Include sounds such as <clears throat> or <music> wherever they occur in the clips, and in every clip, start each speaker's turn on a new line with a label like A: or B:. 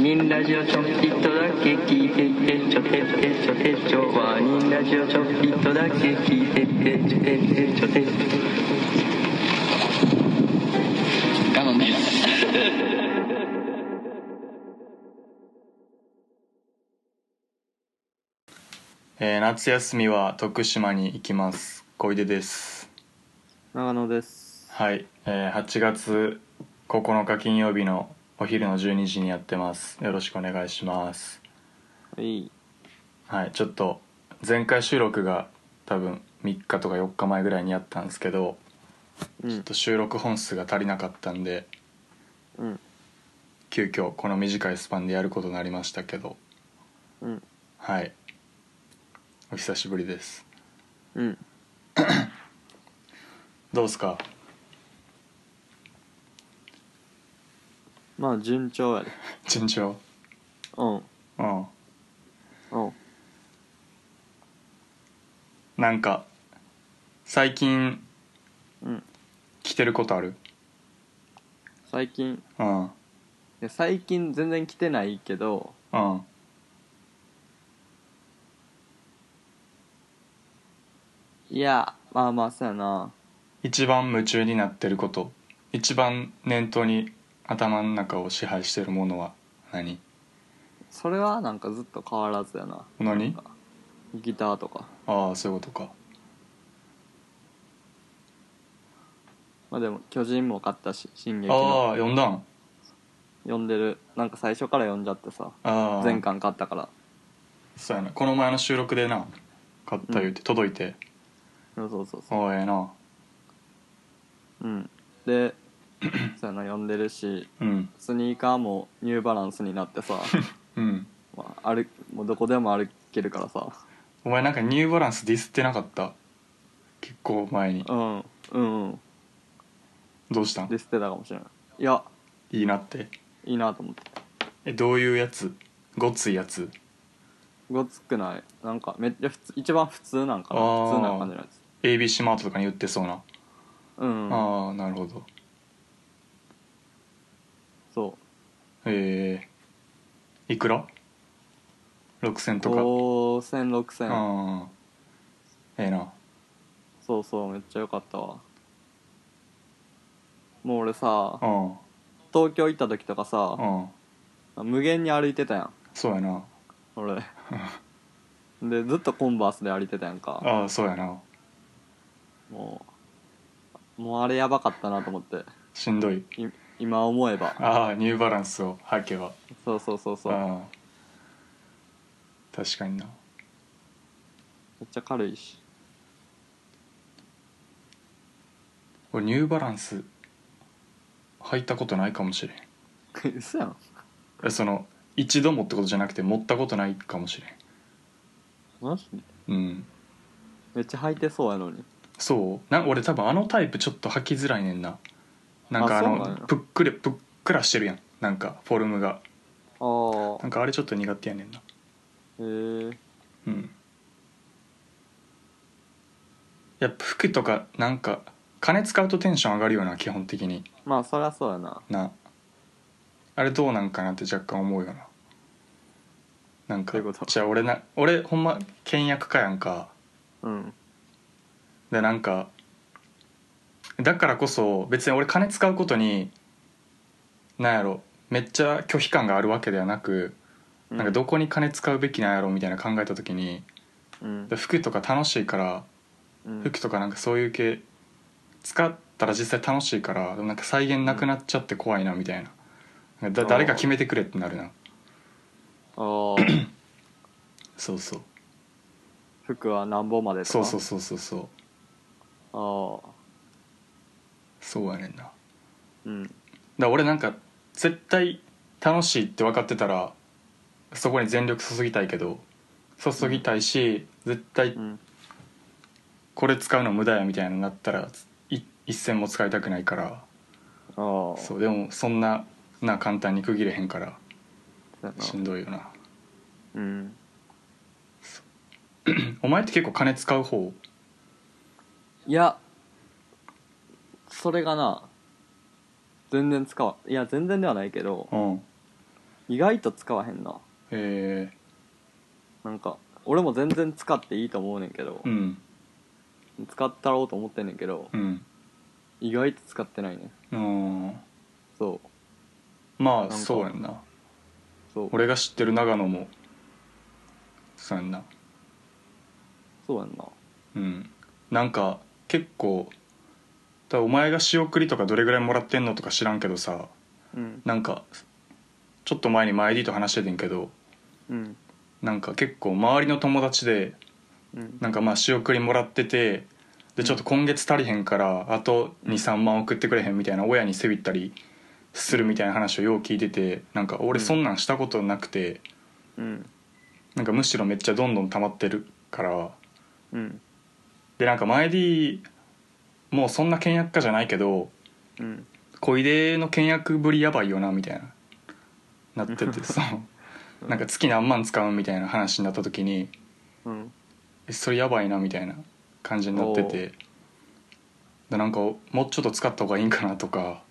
A: ニンラジオちょっぴっとだけ聞いてってちょてってちょてちょワニンラジオちょっぴっとだけ聞いてってちょてってちょてっちょ
B: 我慢です
C: えー夏休みは徳島に行きます小出です
D: 長野です
C: はい、えー8月9日金曜日のお昼の12時にやってますよろしくお願いします
D: はい
C: はいちょっと前回収録が多分3日とか4日前ぐらいにやったんですけど
D: う
C: ちょっ
D: ん
C: と収録本数が足りなかったんで
D: うん
C: 急遽この短いスパンでやることになりましたけど
D: うん
C: はいお久しぶりです
D: うん
C: <coughs> どうっすか
D: まあ順調やで
C: 順調
D: うん
C: うん
D: うん
C: なんか最近
D: うん
C: 着てることある
D: 最近い
C: うん
D: や最近全然来てないけど
C: うん
D: いやまあまあそうやな
C: 一番夢中になってること一番念頭に頭の中を支配してるものは何
D: それはなんかずっと変わらずやな
C: 何
D: ギターとか
C: ああそういうことか
D: まあでも巨人も買ったし進撃
C: あ
D: の
C: あ読んだん
D: 読んでるなんか最初から読んじゃってさ
C: ああ
D: 全巻買ったから
C: そうやなこの前の収録でな買った言うて、届いて
D: そうそうそうそ
C: ああええな
D: ううんで <clears throat> そうやな読んでるし
C: うん
D: スニーカーもニューバランスになって
C: <laughs>
D: さ、
C: うん
D: まあ、歩もうどこでも歩けるからさ
C: お前なんかニューバランスディスってなかった結構前に
D: うんうんうん
C: どうしたん
D: で捨てたかもしれないいや
C: いいなって
D: いいなと思って
C: えどういうやつごついやつ
D: ごつくないなんかめっちゃ普通一番普通なんかな
C: あー
D: 普通な感じのやつ
C: ABC マートとかに売ってそうな、
D: うんうん
C: ああなるほど
D: そ
C: ええいくら ?6000
D: う
C: とか
D: 50006000
C: ああええな
D: そうそうめっちゃ良かったわもう俺さ
C: うん
D: 東京行った時とかさ
C: うん
D: 無限に歩いてたやん
C: そうやな
D: 俺でずっとコンバースで歩いてたやんか
C: ああそうやな
D: もうもうあれやばかったなと思って
C: しんどい
D: い今思えば
C: ああニューバランスを履けば
D: そうそうそうそうめっ
C: ああ確かにな
D: ちゃ軽いし <laughs>
C: 俺ニューバランス履いたことないかもしれん
D: 嘘やん
C: えその一度もってことじゃなくて持ったことないかもしれん
D: マジで
C: うん
D: めっちゃ履いてそうやのに
C: そうなん俺多分あのタイプちょっと履きづらいねんななんかあ
D: あそうな
C: の
D: んや
C: ぷっくりぷっくらしてるやんなんかフォルムが
D: ああ
C: なんかあれちょっと苦手やねんな
D: へえ
C: うんやっぱ服とかなんか金使うとテンション上がるような基本的に
D: まあそりゃそうやな
C: なあれどうなんかなって若干思うよななんか
D: どういうこと
C: じゃあ俺な俺ほんま倹約家やんか
D: うん
C: でなんかだからこそ別に俺金使うことになんやろめっちゃ拒否感があるわけではなく、なんかどこに金使うべきなんやろみたいな考えた時に
D: うん
C: で服とか楽しいから
D: うん
C: 服とかなんかそういう系使ったら実際楽しいからでもなんか再現なくなっちゃって怖いなみたいななんかだ
D: あー
C: 誰か決めてくれってなるな
D: あ
C: <clears throat>
D: あ
C: そうそう
D: 服は何本までとか
C: そうそうそうそうそう
D: ああ
C: そうやねんなだか
D: うん
C: ら俺なんか絶対楽しいって分かってたらそこに全力注ぎたいけど注ぎたいし、絶対
D: うん
C: これ使うの無駄やみたいになったらい一銭も使いたくないから
D: ああ
C: そうでもそんなな簡単に区切れへんから
D: やな
C: しんどいよな
D: うん
C: お前って結構金使う方
D: いやそれがな全然使わんいや全然ではないけど
C: うん
D: 意外と使わへんな
C: え
D: なんか俺も全然使っていいと思うねんけど
C: ー、う、ん
D: 使ったろうと思ってんねんけど、
C: うん
D: 意外と使ってないね
C: うん
D: そう
C: ま
D: ん
C: あ
D: か
C: そうやんな
D: そう
C: 俺が知ってる長野もそうやんな
D: そうやんな
C: うんなんか結構多分お前が仕送りとかどれぐらいもらってんのとか知らんけどさ
D: うん
C: なんかちょっと前に前 D と話しててんけど
D: うん
C: なんか結構周りの友達で
D: うん
C: なんかまあ仕送りもらっててでちょっと今月足りへんからあと23万送ってくれへんみたいな親にせびったりするみたいな話をよう聞いててなんか俺そんなんしたことなくて
D: うん
C: なんかむしろめっちゃどんどん溜まってるから
D: うん
C: でなんか前 D もうそんな倹約家じゃないけど
D: うん
C: 小出の倹約ぶりやばいよなみたいななっててそうなんか月何万使うみたいな話になった時に
D: うん
C: えそれやばいなみたいな感じになっててでなんかもうちょっと使った方がいいんかなとか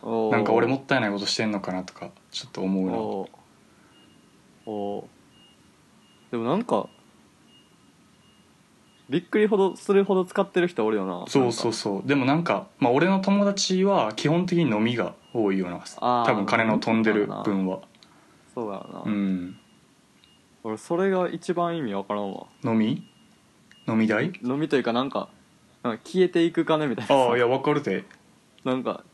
D: おー
C: なんか俺もったいないことしてんのかなとかちょっと思
D: おーおーでもなんかびっくりほどするほど使ってる人おるよな
C: うなそうそう
D: そ
C: そうでもなんか、まあ、俺の友達は基本的に飲みが多いような
D: あー
C: 多分金の飛んでる分は
D: そうやろな、
C: うん
D: 俺それが一番意味わからんわ
C: 飲み飲み代
D: 飲みというかなんかなんか消えていく金みたいな
C: あ
D: さ <laughs>
C: あいや分かるで
D: なんか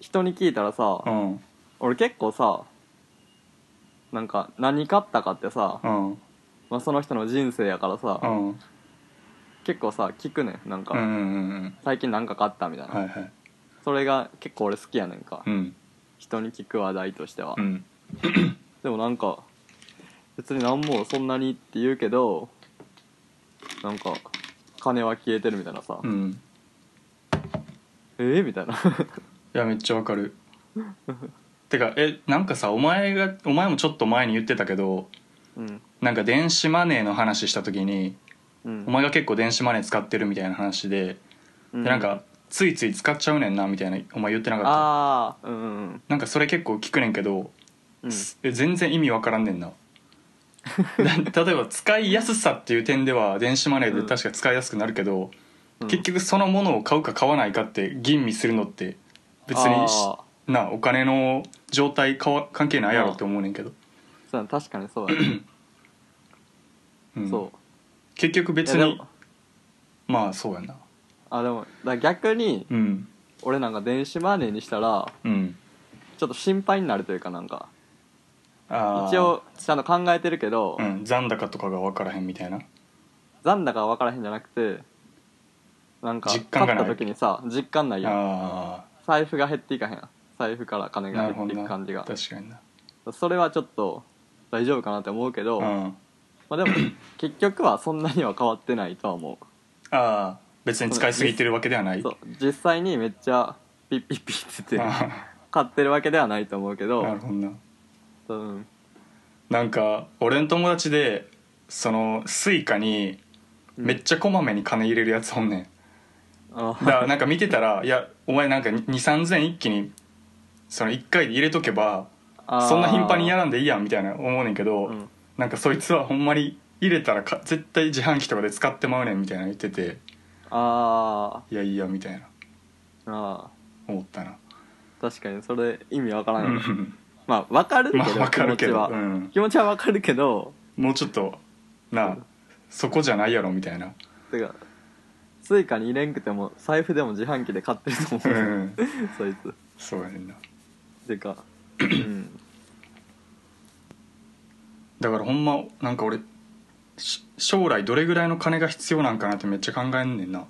D: 人に聞いたらさ
C: うん
D: 俺結構さなんか何買ったかってさ、
C: うん
D: まあ、その人の人生やからさ、
C: うんうん
D: 結構さ聞くねんなんか、
C: うんうんうん
D: 最近なんか買ったみたいな、
C: はいはい
D: それが結構俺好きやねんか、
C: うん
D: 人に聞く話題としては、
C: うん
D: でもなんか別に何もそんなにって言うけどなんか金は消えてるみたいなさ、
C: うん
D: えー、みたいな
C: いやめっちゃわかるてかえなんかさお前がお前もちょっと前に言ってたけど
D: うん
C: なんか電子マネーの話した時に
D: うん
C: お前が結構電子マネー使ってるみたいな話で
D: う
C: で
D: ん
C: なんかついつい使っちゃうねんなみたいなお前言ってなかった
D: ああうんうん
C: なんかそれ結構聞くねんけど、
D: うん
C: すえ全然意味わからんねんな <laughs> な例えば使いやすさっていう点では電子マネーで確か使いやすくなるけど、
D: うん
C: 結局そのものを買うか買わないかって吟味するのって別にし
D: あー
C: なお金の状態かわ関係ないやろって思うねんけど、
D: そうや確かにそうやね、
C: <clears throat> うん
D: そう
C: 結局別
D: いやで
C: に
D: も
C: まあそうやな
D: あでもだから逆に
C: うん
D: 俺なんか電子マネーにしたら
C: うん
D: ちょっと心配になるというかなんか
C: あー
D: 一応ちゃんと考えてるけど、
C: うん、残高とかが分からへんみたいな
D: 残高は分からへんじゃなくてなんか
C: 実感
D: 買
C: が
D: っ
C: ない
D: た時にさ実感ないやん
C: あ
D: 財布が減っていかへん財布から金
C: あ
D: が
C: なる
D: 減っ
C: ほ
D: て
C: ど
D: い
C: な
D: く感じが
C: 確かにな
D: それはちょっと大丈夫かなって思うけど、
C: う
D: ま
C: んあ
D: あ、でも結局はそんなには変わってないとは思
C: あ別に使いすぎてるわけではな
D: う
C: い
D: <laughs> そう実際にめっちゃピッピッピッって言って
C: あ
D: 買ってるわけではないと思うけ
C: あ
D: ど
C: なるほどな
D: うん
C: なんか俺の友達でそのスイカにめっちゃこまめに金入れるやつおんねん
D: あ
C: だからなんか見てたら「いやお前なんか2 3千一気にその1回で入れとけば
D: あー
C: そんな頻繁にやらんでいいやん」みたいな思うねんけど、
D: うん
C: なんかそいつはほんまに入れたらか絶対自販機とかで使ってまうねんみたいな言ってて
D: あ
C: 「いやいや」みたいな
D: ーあ
C: 思ったな
D: ー確かにそれ意味わから
C: うん
D: よね <laughs>
C: ん
D: まあわかるけど、
C: まあわかるけど、
D: 気
C: うん、
D: 持ちは、気持ちはわかるけど
C: もうちょっとなあそこじゃないやろみたいな
D: てかスイカに入れんくても財布でも自販機で買ってると思
C: う
D: う、ん、
C: ん
D: <laughs> そいつ
C: そうやねんな
D: てかうん
C: だからほんまなんか俺し将来どれぐらいの金が必要なんかなってめっちゃ考えんねんな
D: ああ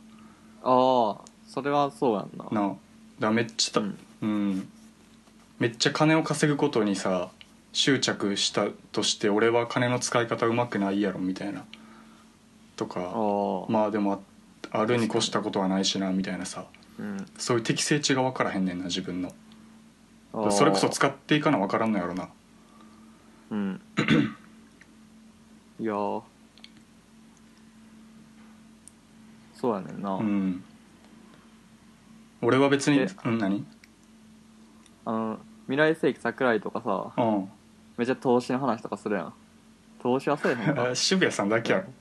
D: それはそうやんな
C: なあだからめっちゃた
D: うん
C: うん、めっちゃ金を稼ぐことにさ執着したとして俺は金の使い方うまくないやろみたいなと
D: あ
C: か
D: あ、
C: まあでもああるに越したことはないしなみたいなさ
D: うん
C: そういう適正値が分からへんねんな自分の
D: あー
C: それこそ使っていかな分からんのやろな
D: うんいやーそうやねんな、
C: うん俺は別に
D: え
C: うん何
D: あの未来世紀桜井とかさ <laughs>
C: うん
D: めっちゃ投資の話とかするやん投資はせえへんか <laughs>
C: あ渋谷さんだけやろう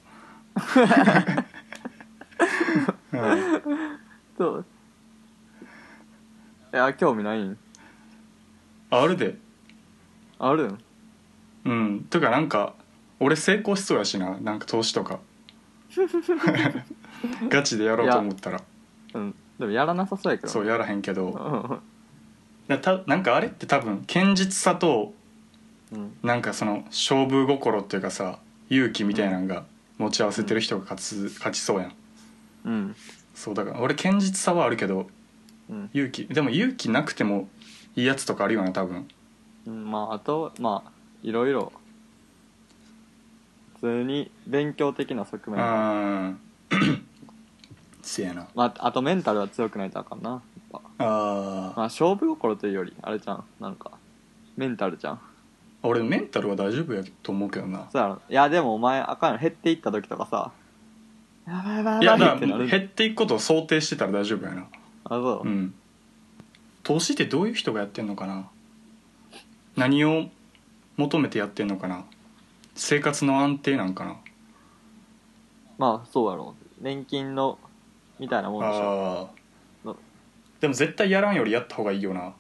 C: ん
D: そういや興味ないん
C: あるで
D: あるん
C: うんとかなんか俺成功しそうやしななんか投資とか <laughs> ガチでやろうと思ったら
D: うんでもやらなさそうやけど
C: そうやらへんけど
D: <laughs> うん
C: だたなんかあれって多分堅実さと
D: うん
C: なんかその勝負心っていうかさ勇気みたいなのが持ち合わせてる人が勝つ、勝ちそうやん
D: うん
C: そうだから俺堅実さはあるけど
D: うん
C: 勇気でも勇気なくてもいいやつとかあるよな多分
D: うんまああとまあいろいろ普通に勉強的な側
C: う
D: 面
C: ーん <coughs> せやな
D: まあ、あとメンタルは強くないとあかんなやっぱ
C: あ
D: まあ勝負心というよりあれじゃんなんかメンタルじゃん
C: ー俺メンタルは大丈夫やと思うけどな
D: そうやろいやでもお前あかんよ減っていった時とかさやばいやばい
C: い
D: や
C: や
D: ばい
C: だ
D: っ
C: か
D: て
C: ら
D: なる
C: 減っていくことを想定してたら大丈夫やな
D: あそうう、
C: ん投資ってどういう人がやってんのかな何を求めてやってんのかな生活の安定なんかな
D: まあそうやろ年金のみたいなもんでしょ
C: ああ
D: な
C: でも絶対やらんよりやった方がいいよな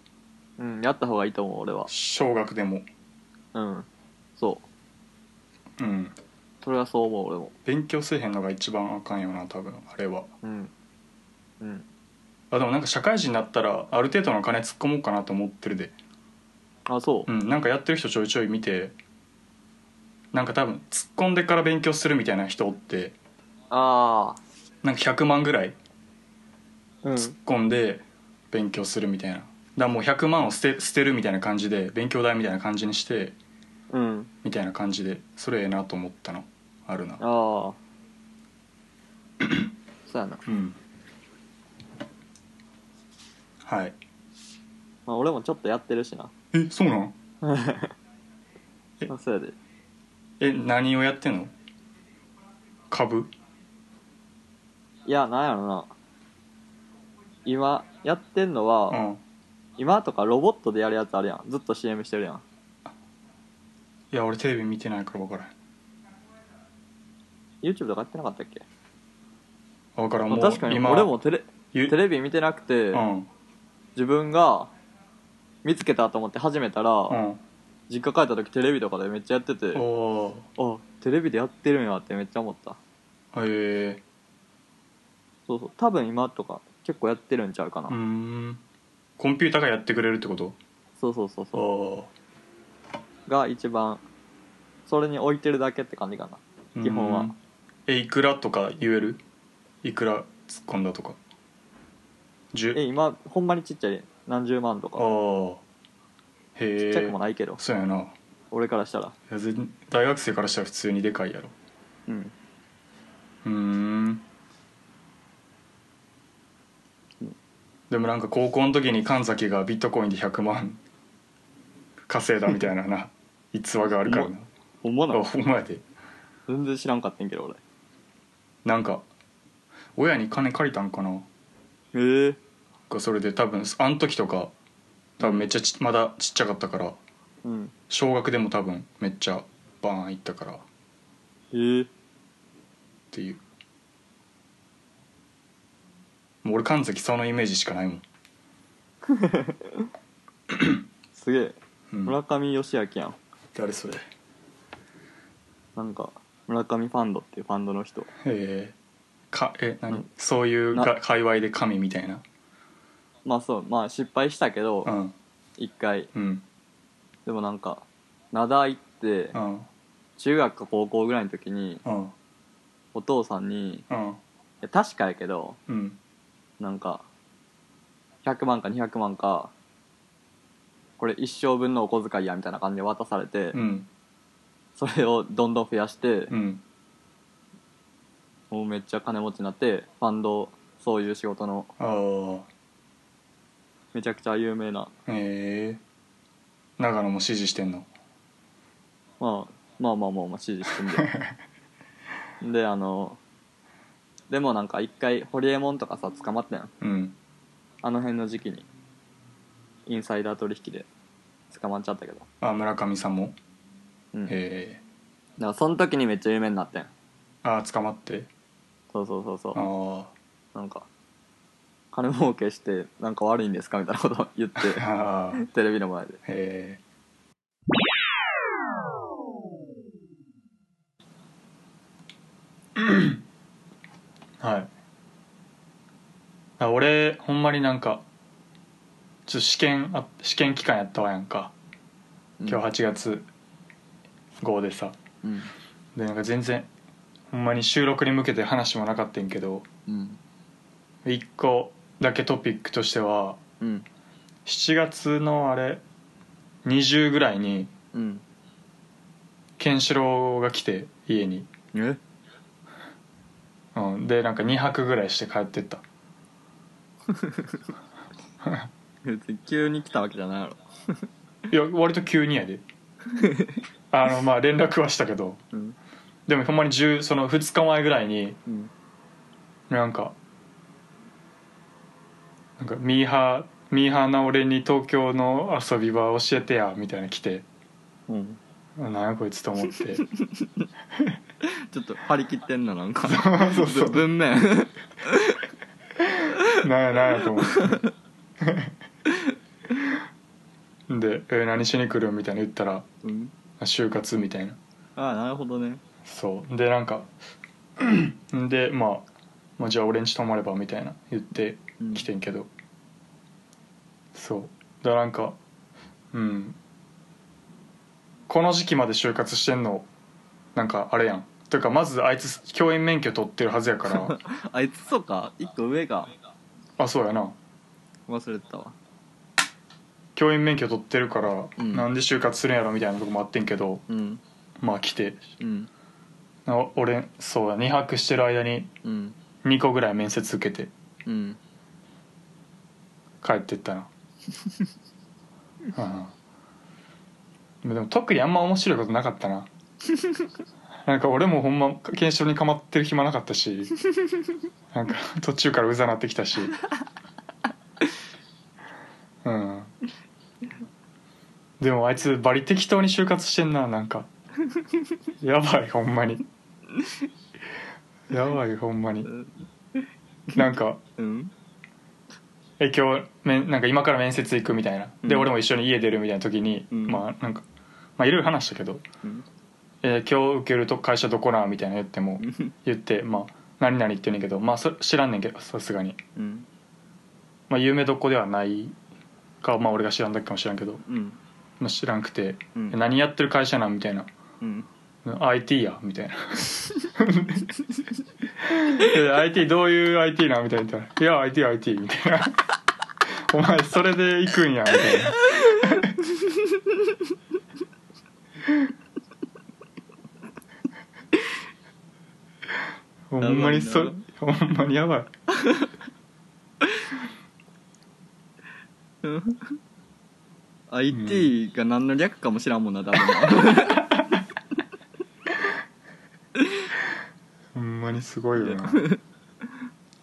D: うんやった方がいいと思う俺は
C: 少額でも
D: うんそう
C: うん
D: それはそう思う俺も
C: 勉強せえへんのが一番あかんよな多分あれは
D: うんうん
C: あでもなんか社会人になったらある程度の金突っ込もうかなと思ってるで
D: あそ
C: うんなんかやってる人ちょいちょい見てなんか多分突っ込んでから勉強するみたいな人おって
D: うあ
C: なんか100万ぐらい
D: あうん
C: 突っ込んで勉強するみたいなだからもう100万を捨て捨てるみたいな感じで勉強代みたいな感じにして
D: うん
C: みたいな感じでそれええなと思ったのあるな
D: ああそうやな、
C: うんはい
D: まあ、俺もちょっとやってるしな
C: えそうなんえ
D: まあそうやで
C: え何をやってんの株
D: いやなんやろな今やってんのは、
C: うん
D: 今とかロボットでやるやつあるやんずっと CM してるやん
C: いや俺テレビ見てないから分からへん
D: YouTube とかやってなかったっけ、
C: 分からん
D: ま
C: も
D: あ、
C: う
D: 確かに俺もテレ
C: ゆ
D: テレビ見てなくて、
C: うん
D: 自分が見つけたと思って始めたら、
C: うん
D: 実家帰った時テレビとかでめっちゃやってて
C: お
D: あテレビでやってるんやってめっちゃ思った
C: ーへえ
D: そうそう多分今とか結構やってるんちゃうかな、
C: うーんコンピューターがやってくれるってこと
D: そうそうそうそ
C: あ
D: うが一番それに置いてるだけって感じかな
C: あ
D: 基本は
C: えいくらとか言えるいくら突っ込んだとか
D: え
C: 10
D: 今ほんまにちっちゃい何十万と
C: あ
D: か
C: あへえ
D: ちっちゃくもないけど
C: そうやない
D: 俺からしたら
C: や全大学生からしたら普通にでかいやろ
D: うん
C: うーんでもなんか高校の時に神崎がビットコインで100万稼いだみたいなな逸話があるからな
D: ほんまな
C: あ
D: の
C: ほんまやで
D: 全然知らんかったんけど俺
C: なんか親に金借りたんかな
D: へえ
C: がそれで多分あの時とか多分めっちゃちまだちっちゃかったから
D: うん
C: 小学でも多分めっちゃバーンいったからっ
D: へえ
C: ていうもう俺神崎そのイメージしかないもん、
D: すげえ
C: うん
D: 村上義明やん
C: 誰それへ
D: なんか村上ファンドっていうファンドの人
C: えかえ何、
D: うん
C: そういう
D: な
C: が界隈で神みたいな
D: まあそうまあ失敗したけど
C: うん
D: 一回
C: うん
D: でもなんか灘行って
C: うん
D: 中学か高校ぐらいの時に
C: うん
D: お父さんにい
C: うん
D: や確かやけど
C: うん
D: なんか100万か200万かこれ一生分のお小遣いやみたいな感じで渡されて、
C: うん
D: それをどんどん増やして、
C: うん
D: もうめっちゃ金持ちになってファンドそういう仕事の
C: ああ
D: めちゃくちゃ有名な
C: ええ長野も支持してんの
D: まあまあまあまあまあ指示して
C: <laughs>
D: んでであのでもなんか一回ホリエモンとかさ捕まったやん
C: うん
D: あの辺の時期にインサイダー取引で捕まっちゃったけど
C: あ村上さんも
D: うんだか
C: へえ
D: らその時にめっちゃ有名になってん
C: あ捕まって
D: そうそうそうそう
C: あー <laughs>
D: なんか金儲けしてなんか悪いんですかみたいなことを
C: <laughs>
D: 言って
C: あー
D: テレビの前で
C: へえ <coughs> はいあ俺ほんまになんかちょっと試験あ試験期間やったわやんか今日8月号でさ、
D: うん
C: でなんか全然ほんまに収録に向けて話もなかったんけど
D: うん
C: 1個だけトピックとしては
D: うん
C: 7月のあれ20ぐらいに
D: うん
C: ケンシロウが来て家に、
D: え
C: うん、でなんか2泊ぐらいして帰ってった
D: 別に急に来たわけじゃないやろ
C: いや割と急にやであのまあ連絡はしたけど
D: うん
C: でもほんまに10その2日前ぐらいに
D: うん
C: なんかなんかミーハーミーハーな俺に東京の遊び場教えてやみたいな来て
D: うん
C: なんやこいつと思って
D: ちょっと張り切ってんななんか
C: <laughs> そうそう
D: 文面
C: なんやなんやと思ってで「え何しに来る?」みたいな言ったら
D: うん
C: 「就活」みたいな
D: ああなるほどね
C: そうでなんか <clears throat> で、まあ、まあじゃあ俺んち泊まればみたいな言って
D: うん
C: 来てんけど、そうだからなんかうんこの時期まで就活してんのなんかあれやんというかまずあいつ教員免許取ってるはずやから
D: <laughs> あいつそうか一個上か
C: あそうやな
D: 忘れてたわ
C: 教員免許取ってるから、
D: うん
C: なんで就活するんやろみたいなとこもあってんけど
D: うん
C: まあ来て
D: うん
C: あ俺そうだ2泊してる間に
D: うん
C: 2個ぐらい面接受けて
D: うん
C: 帰ってったなうんでも特にあんま面白いことなかったななんか俺もほんま検証にかまってる暇なかったしなんか途中からうざなってきたしうんでもあいつバリ適当に就活してんななんかやばいほんまにやばいほんまになんか
D: うん
C: え今日めんなんか今から面接行くみたいなで、
D: うん
C: 俺も一緒に家出るみたいな時に、
D: うん
C: まあなんかまあいろいろ話したけど、
D: うん
C: えー今日受けると会社どこなみたいな言っても
D: うん
C: 言ってまあ何々言ってんねんけどまあそ知らんねんけどさすがに
D: うん
C: まあ有名どこではないかまあ俺が知らんだけかもしらんけど、
D: うん
C: まあ、知らんくて、
D: うん
C: え何やってる会社なんみたいな
D: うん
C: IT やみたいな <laughs> え IT どういう IT なみたいな言ったら「いや ITIT」みたいな <laughs> 「お前それで行くんや」みたいなほんまにそ
D: <laughs> やばい
C: ほんまにやばい
D: うん IT が何の略かも知らんもんな多分
C: ほんまにすごいよな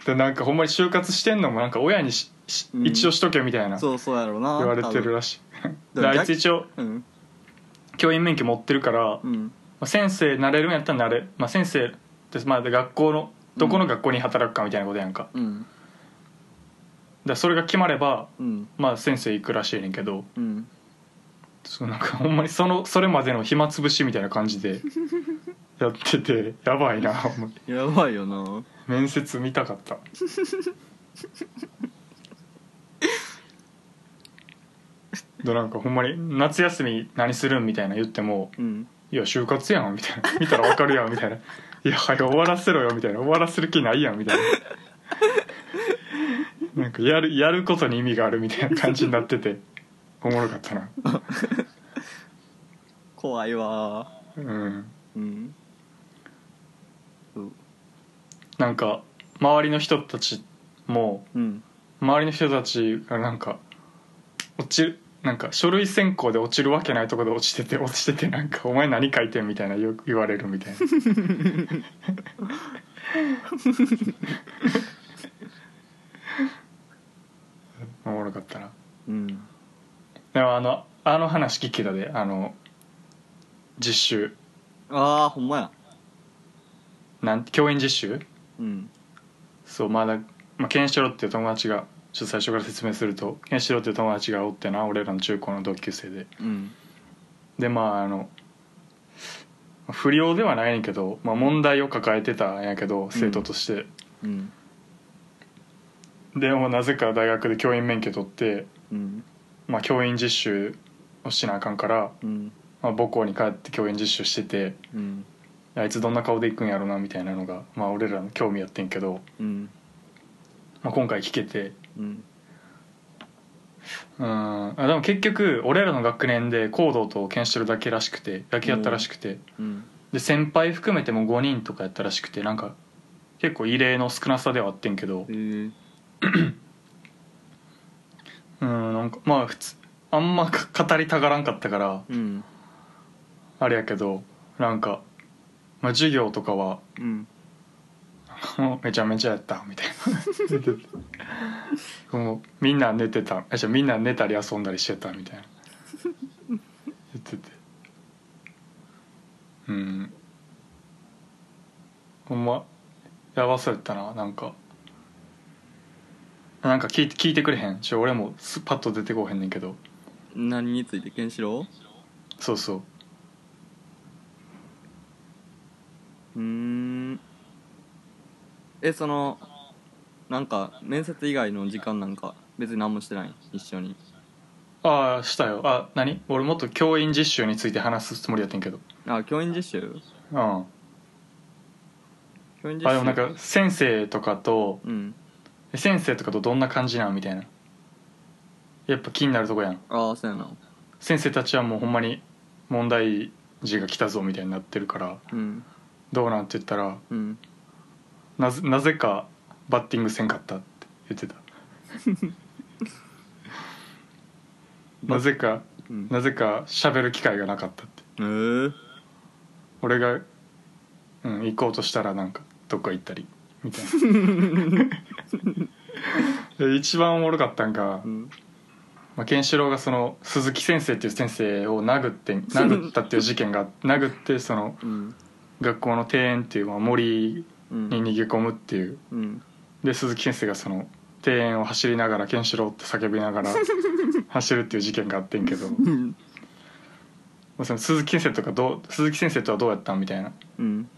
C: でなんかほんまに就活してんのもなんか親にしし
D: うん
C: 一応しとけみたいな言
D: そうそうやろうな
C: われてるらしいであいつ一応
D: 多分
C: 教員免許持ってるから、
D: うんうん
C: まあ、先生なれるんやったらなれ、まあ、先生です、まあ、で学校のどこの学校に働くかみたいなことやんか,、だか
D: うん
C: らそれが決まれば、
D: うん
C: まあ、先生行くらしいねんけど
D: うん
C: そのなんか <laughs> ほんまにそのそれまでの暇つぶしみたいな感じ
D: <laughs>
C: でやっててやばいなほんまに
D: やばいよな
C: 面接見たか
D: <laughs>
C: ったでなんかほんまに夏休み何するんみたいな言っても
D: うん
C: 「いや就活やん」みたいな「見た <laughs> らわかるやん」みたいな「いや早終わらせろよ」みたいな「終わらせる気ないやん」みたいななんかやるやることに意味があるみたいな感じになってておもろかったな
D: 怖いわ
C: うん
D: うんそう
C: なんか周りの人たちも
D: うん
C: 周りの人たちがなんか落ちるなんか書類選考で落ちるわけないとこで落ちてて落ちててなんか「お前何書いてん?」みたいなよく言われるみたいなおもろかったな
D: うん
C: でもあのあの話聞けたであの実習
D: ああほんまや
C: なん教員実習
D: うん
C: そうまだ、まあ、ケンシロウっていう友達がちょっと最初から説明するとケンシロウっていう友達がおってな俺らの中高の同級生で
D: うん
C: でまああの不良ではないねんけど、まあ、問題を抱えてたんやけど生徒として、
D: うん
C: でもうなぜか大学で教員免許取って、
D: うん
C: まあ、教員実習をしなあかんから、
D: うん
C: まあ、母校に帰って教員実習してて
D: うん
C: あいつどんな顔で行くんやろなみたいなのが、まあ、俺らの興味やってんけど、
D: うん
C: まあ、今回聞けて
D: うん
C: うんあでも結局俺らの学年で行動と研してるだけらしくてだけやったらしくて
D: うん
C: で先輩含めても5人とかやったらしくてなんか結構異例の少なさではあってんけど
D: えー
C: うんなんかまあ普通あんまか語りたがらんかったから
D: うん
C: あれやけどなんか、まあ、授業とかは
D: うん
C: もうめちゃめちゃやったみたい
D: <laughs>
C: なもうみんな寝てたあじゃあみんな寝たり遊んだりしてたみたいな言っててうんほんまやばそうやったななんかなんか聞いて聞いてくれへんちょ俺もすパッと出てこうへんねんけど
D: 何についてケンシロ
C: そうそう
D: ウうーんえそのなんか面接以外の時間なんか別に何もしてない一緒に
C: ああしたよあ何俺もっと教員実習について話すつもりやってんけど
D: あ教員実習
C: うんあ
D: 教員実習
C: でもなんか先生とかと
D: うん
C: 先生とかとどんな感じなんみたいなやっぱ気になるとこやん
D: ああそうやな
C: 先生たちはもうほんまに問題児が来たぞみたいになってるから
D: うん
C: どうなんて言ったら
D: うん
C: なぜなぜかバッティングせんかったって言ってたなぜか
D: うん
C: なぜか喋る機会がなかったって
D: えー、
C: 俺が、うん、行こうとしたらなんかどっか行ったりみたい
D: <laughs>
C: なで一番おもろかったんが、
D: うん
C: まあ、ケンシロウがその鈴木先生っていう先生を殴って殴ったっていう事件
D: <laughs>
C: が殴ってその
D: うん
C: 学校の庭園っていうまあ森
D: うん
C: に逃げ込むっていう
D: うん
C: で鈴木先生がその庭園を走りながらケンシロウって叫びな
D: <laughs>
C: がら走るっていう事件があってんけどま
D: うん
C: あその鈴木先生とかどう鈴木先生とはどうやったんみたいな
D: うん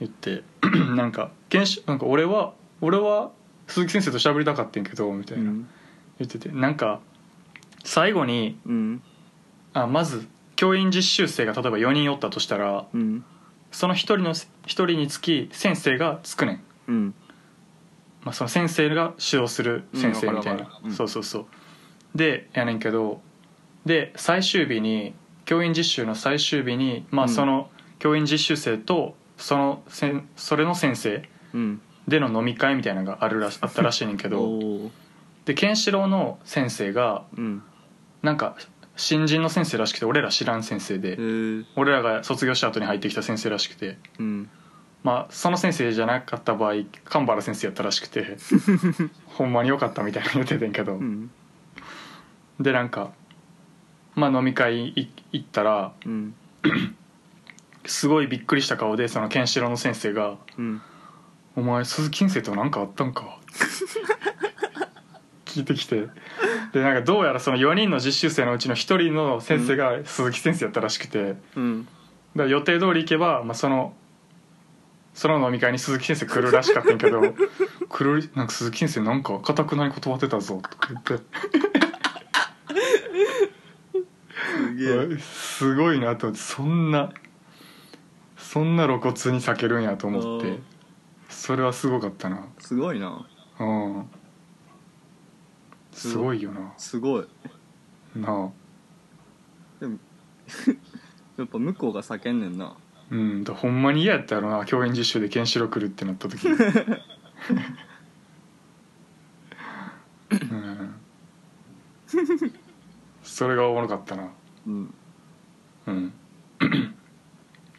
C: 言って <clears throat> なんか研修なんか俺は俺は鈴木先生と喋りたかったんやけどみた
D: う
C: いな、
D: ん
C: 言っててなんか最後に
D: うん
C: あまず教員実習生が例えば4人おったとしたら
D: うん
C: その1人の1人につき先生がつくねん、
D: うん
C: まあ、その先生が指導する先生
D: うん
C: み
D: わか
C: た
D: る
C: い
D: わか
C: な、
D: るうん
C: そうそうそうでやねんけどで最終日に教員実習の最終日にまあ
D: うん
C: その教員実習生とそのせんそれの先生
D: うん
C: での飲み会みたいなのがあるらしあったらしいねんけ
D: お
C: ど
D: ー
C: でケンシロウの先生が
D: うん
C: なんか新人の先生らしくて俺ら知らん先生
D: え
C: で
D: ー、
C: 俺らが卒業した後に入ってきた先生らしくて
D: うん
C: まあその先生じゃなかった場合神原先生やったらしくて
D: <laughs>
C: ほんまによかったみたいなの言っててんけど
D: うん
C: でなんかまあ飲み会い行ったら
D: うん
C: すごいびっくりした顔でそのケンシロウの先生が
D: うん
C: 「お前鈴木先生と何かあったんか?」聞いてきてでなんかどうやらその4人の実習生のうちの1人の先生が鈴木先生やったらしくて、だか
D: うん
C: ら予定通り行けば、まあ、そのその飲み会に鈴木先生来るらしかったんやけど「来るなんか鈴木先生なんかかたくなに断ってたぞ」とか言って
D: すげ
C: うわすごいなと思ってそんなそんな露骨に避けるんやと思っ
D: あー
C: てそれはすごかったな
D: すごいな
C: うん
D: す
C: す
D: ご
C: ごいよな
D: すごい
C: なあ
D: やっぱ向こうが叫んねんな
C: うんだほんまに嫌やったやろな教員実習でケンシロウ来るってなった時 <laughs> うんそれがおもろかったな
D: うん
C: うん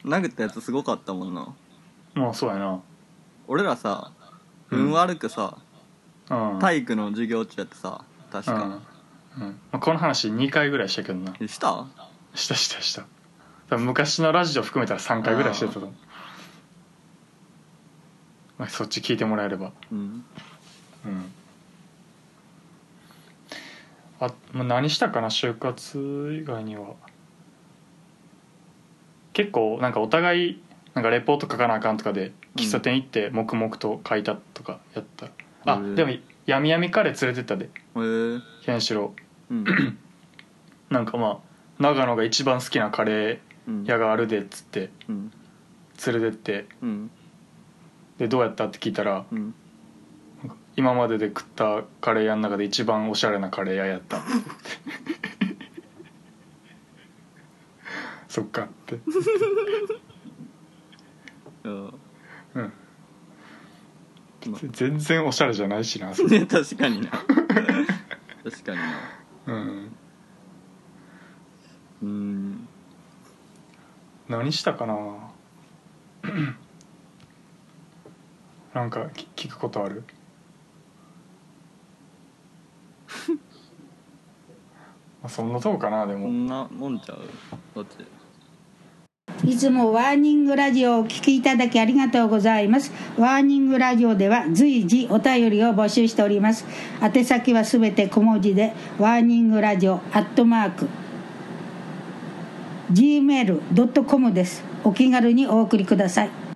D: 殴ったやつすごかったもんな
C: まあそうやな
D: 俺らさ
C: うん
D: 運悪くさ
C: うん
D: 体育の授業中やってさ確か
C: ううんまあ、この話2回ぐらいしたけどな
D: えした
C: したしたした多分昔のラジオ含めたら3回ぐらいしてたと思うまあ、そっち聞いてもらえれば
D: うん
C: うんあ、まあ、何したかな就活以外には結構なんかお互いなんかレポート書かなあかんとかで喫茶店行って黙々と書いたとかやった、あ
D: うん
C: でもやみやみカレー連れてったで
D: へえ
C: ケンシロ
D: うん
C: ウなんかまあ長野が一番好きなカレ
D: うん
C: ー屋があるでっつって
D: うん
C: 連れてって
D: うん
C: でどうやったって聞いたら
D: うん
C: 今までで食ったカレー屋の中で一番おしゃれなカレー屋やった <laughs> そっかって
D: うん
C: うん
D: まあ
C: 全然おしゃれじゃないしなそれ
D: ね確かにな確かにな
C: うん
D: うん
C: 何したかな <coughs> なんかき聞くことある <laughs> まあそんなとこかなで
D: こ
C: も、
D: んなもんちゃうだって
E: いつもワーニングラジオをお聞きいただきありがとうございます。ワーニングラジオでは随時お便りを募集しております。宛先はすべて小文字で、ワーニングラジオアットマーク、gmail.com です。お気軽にお送りください。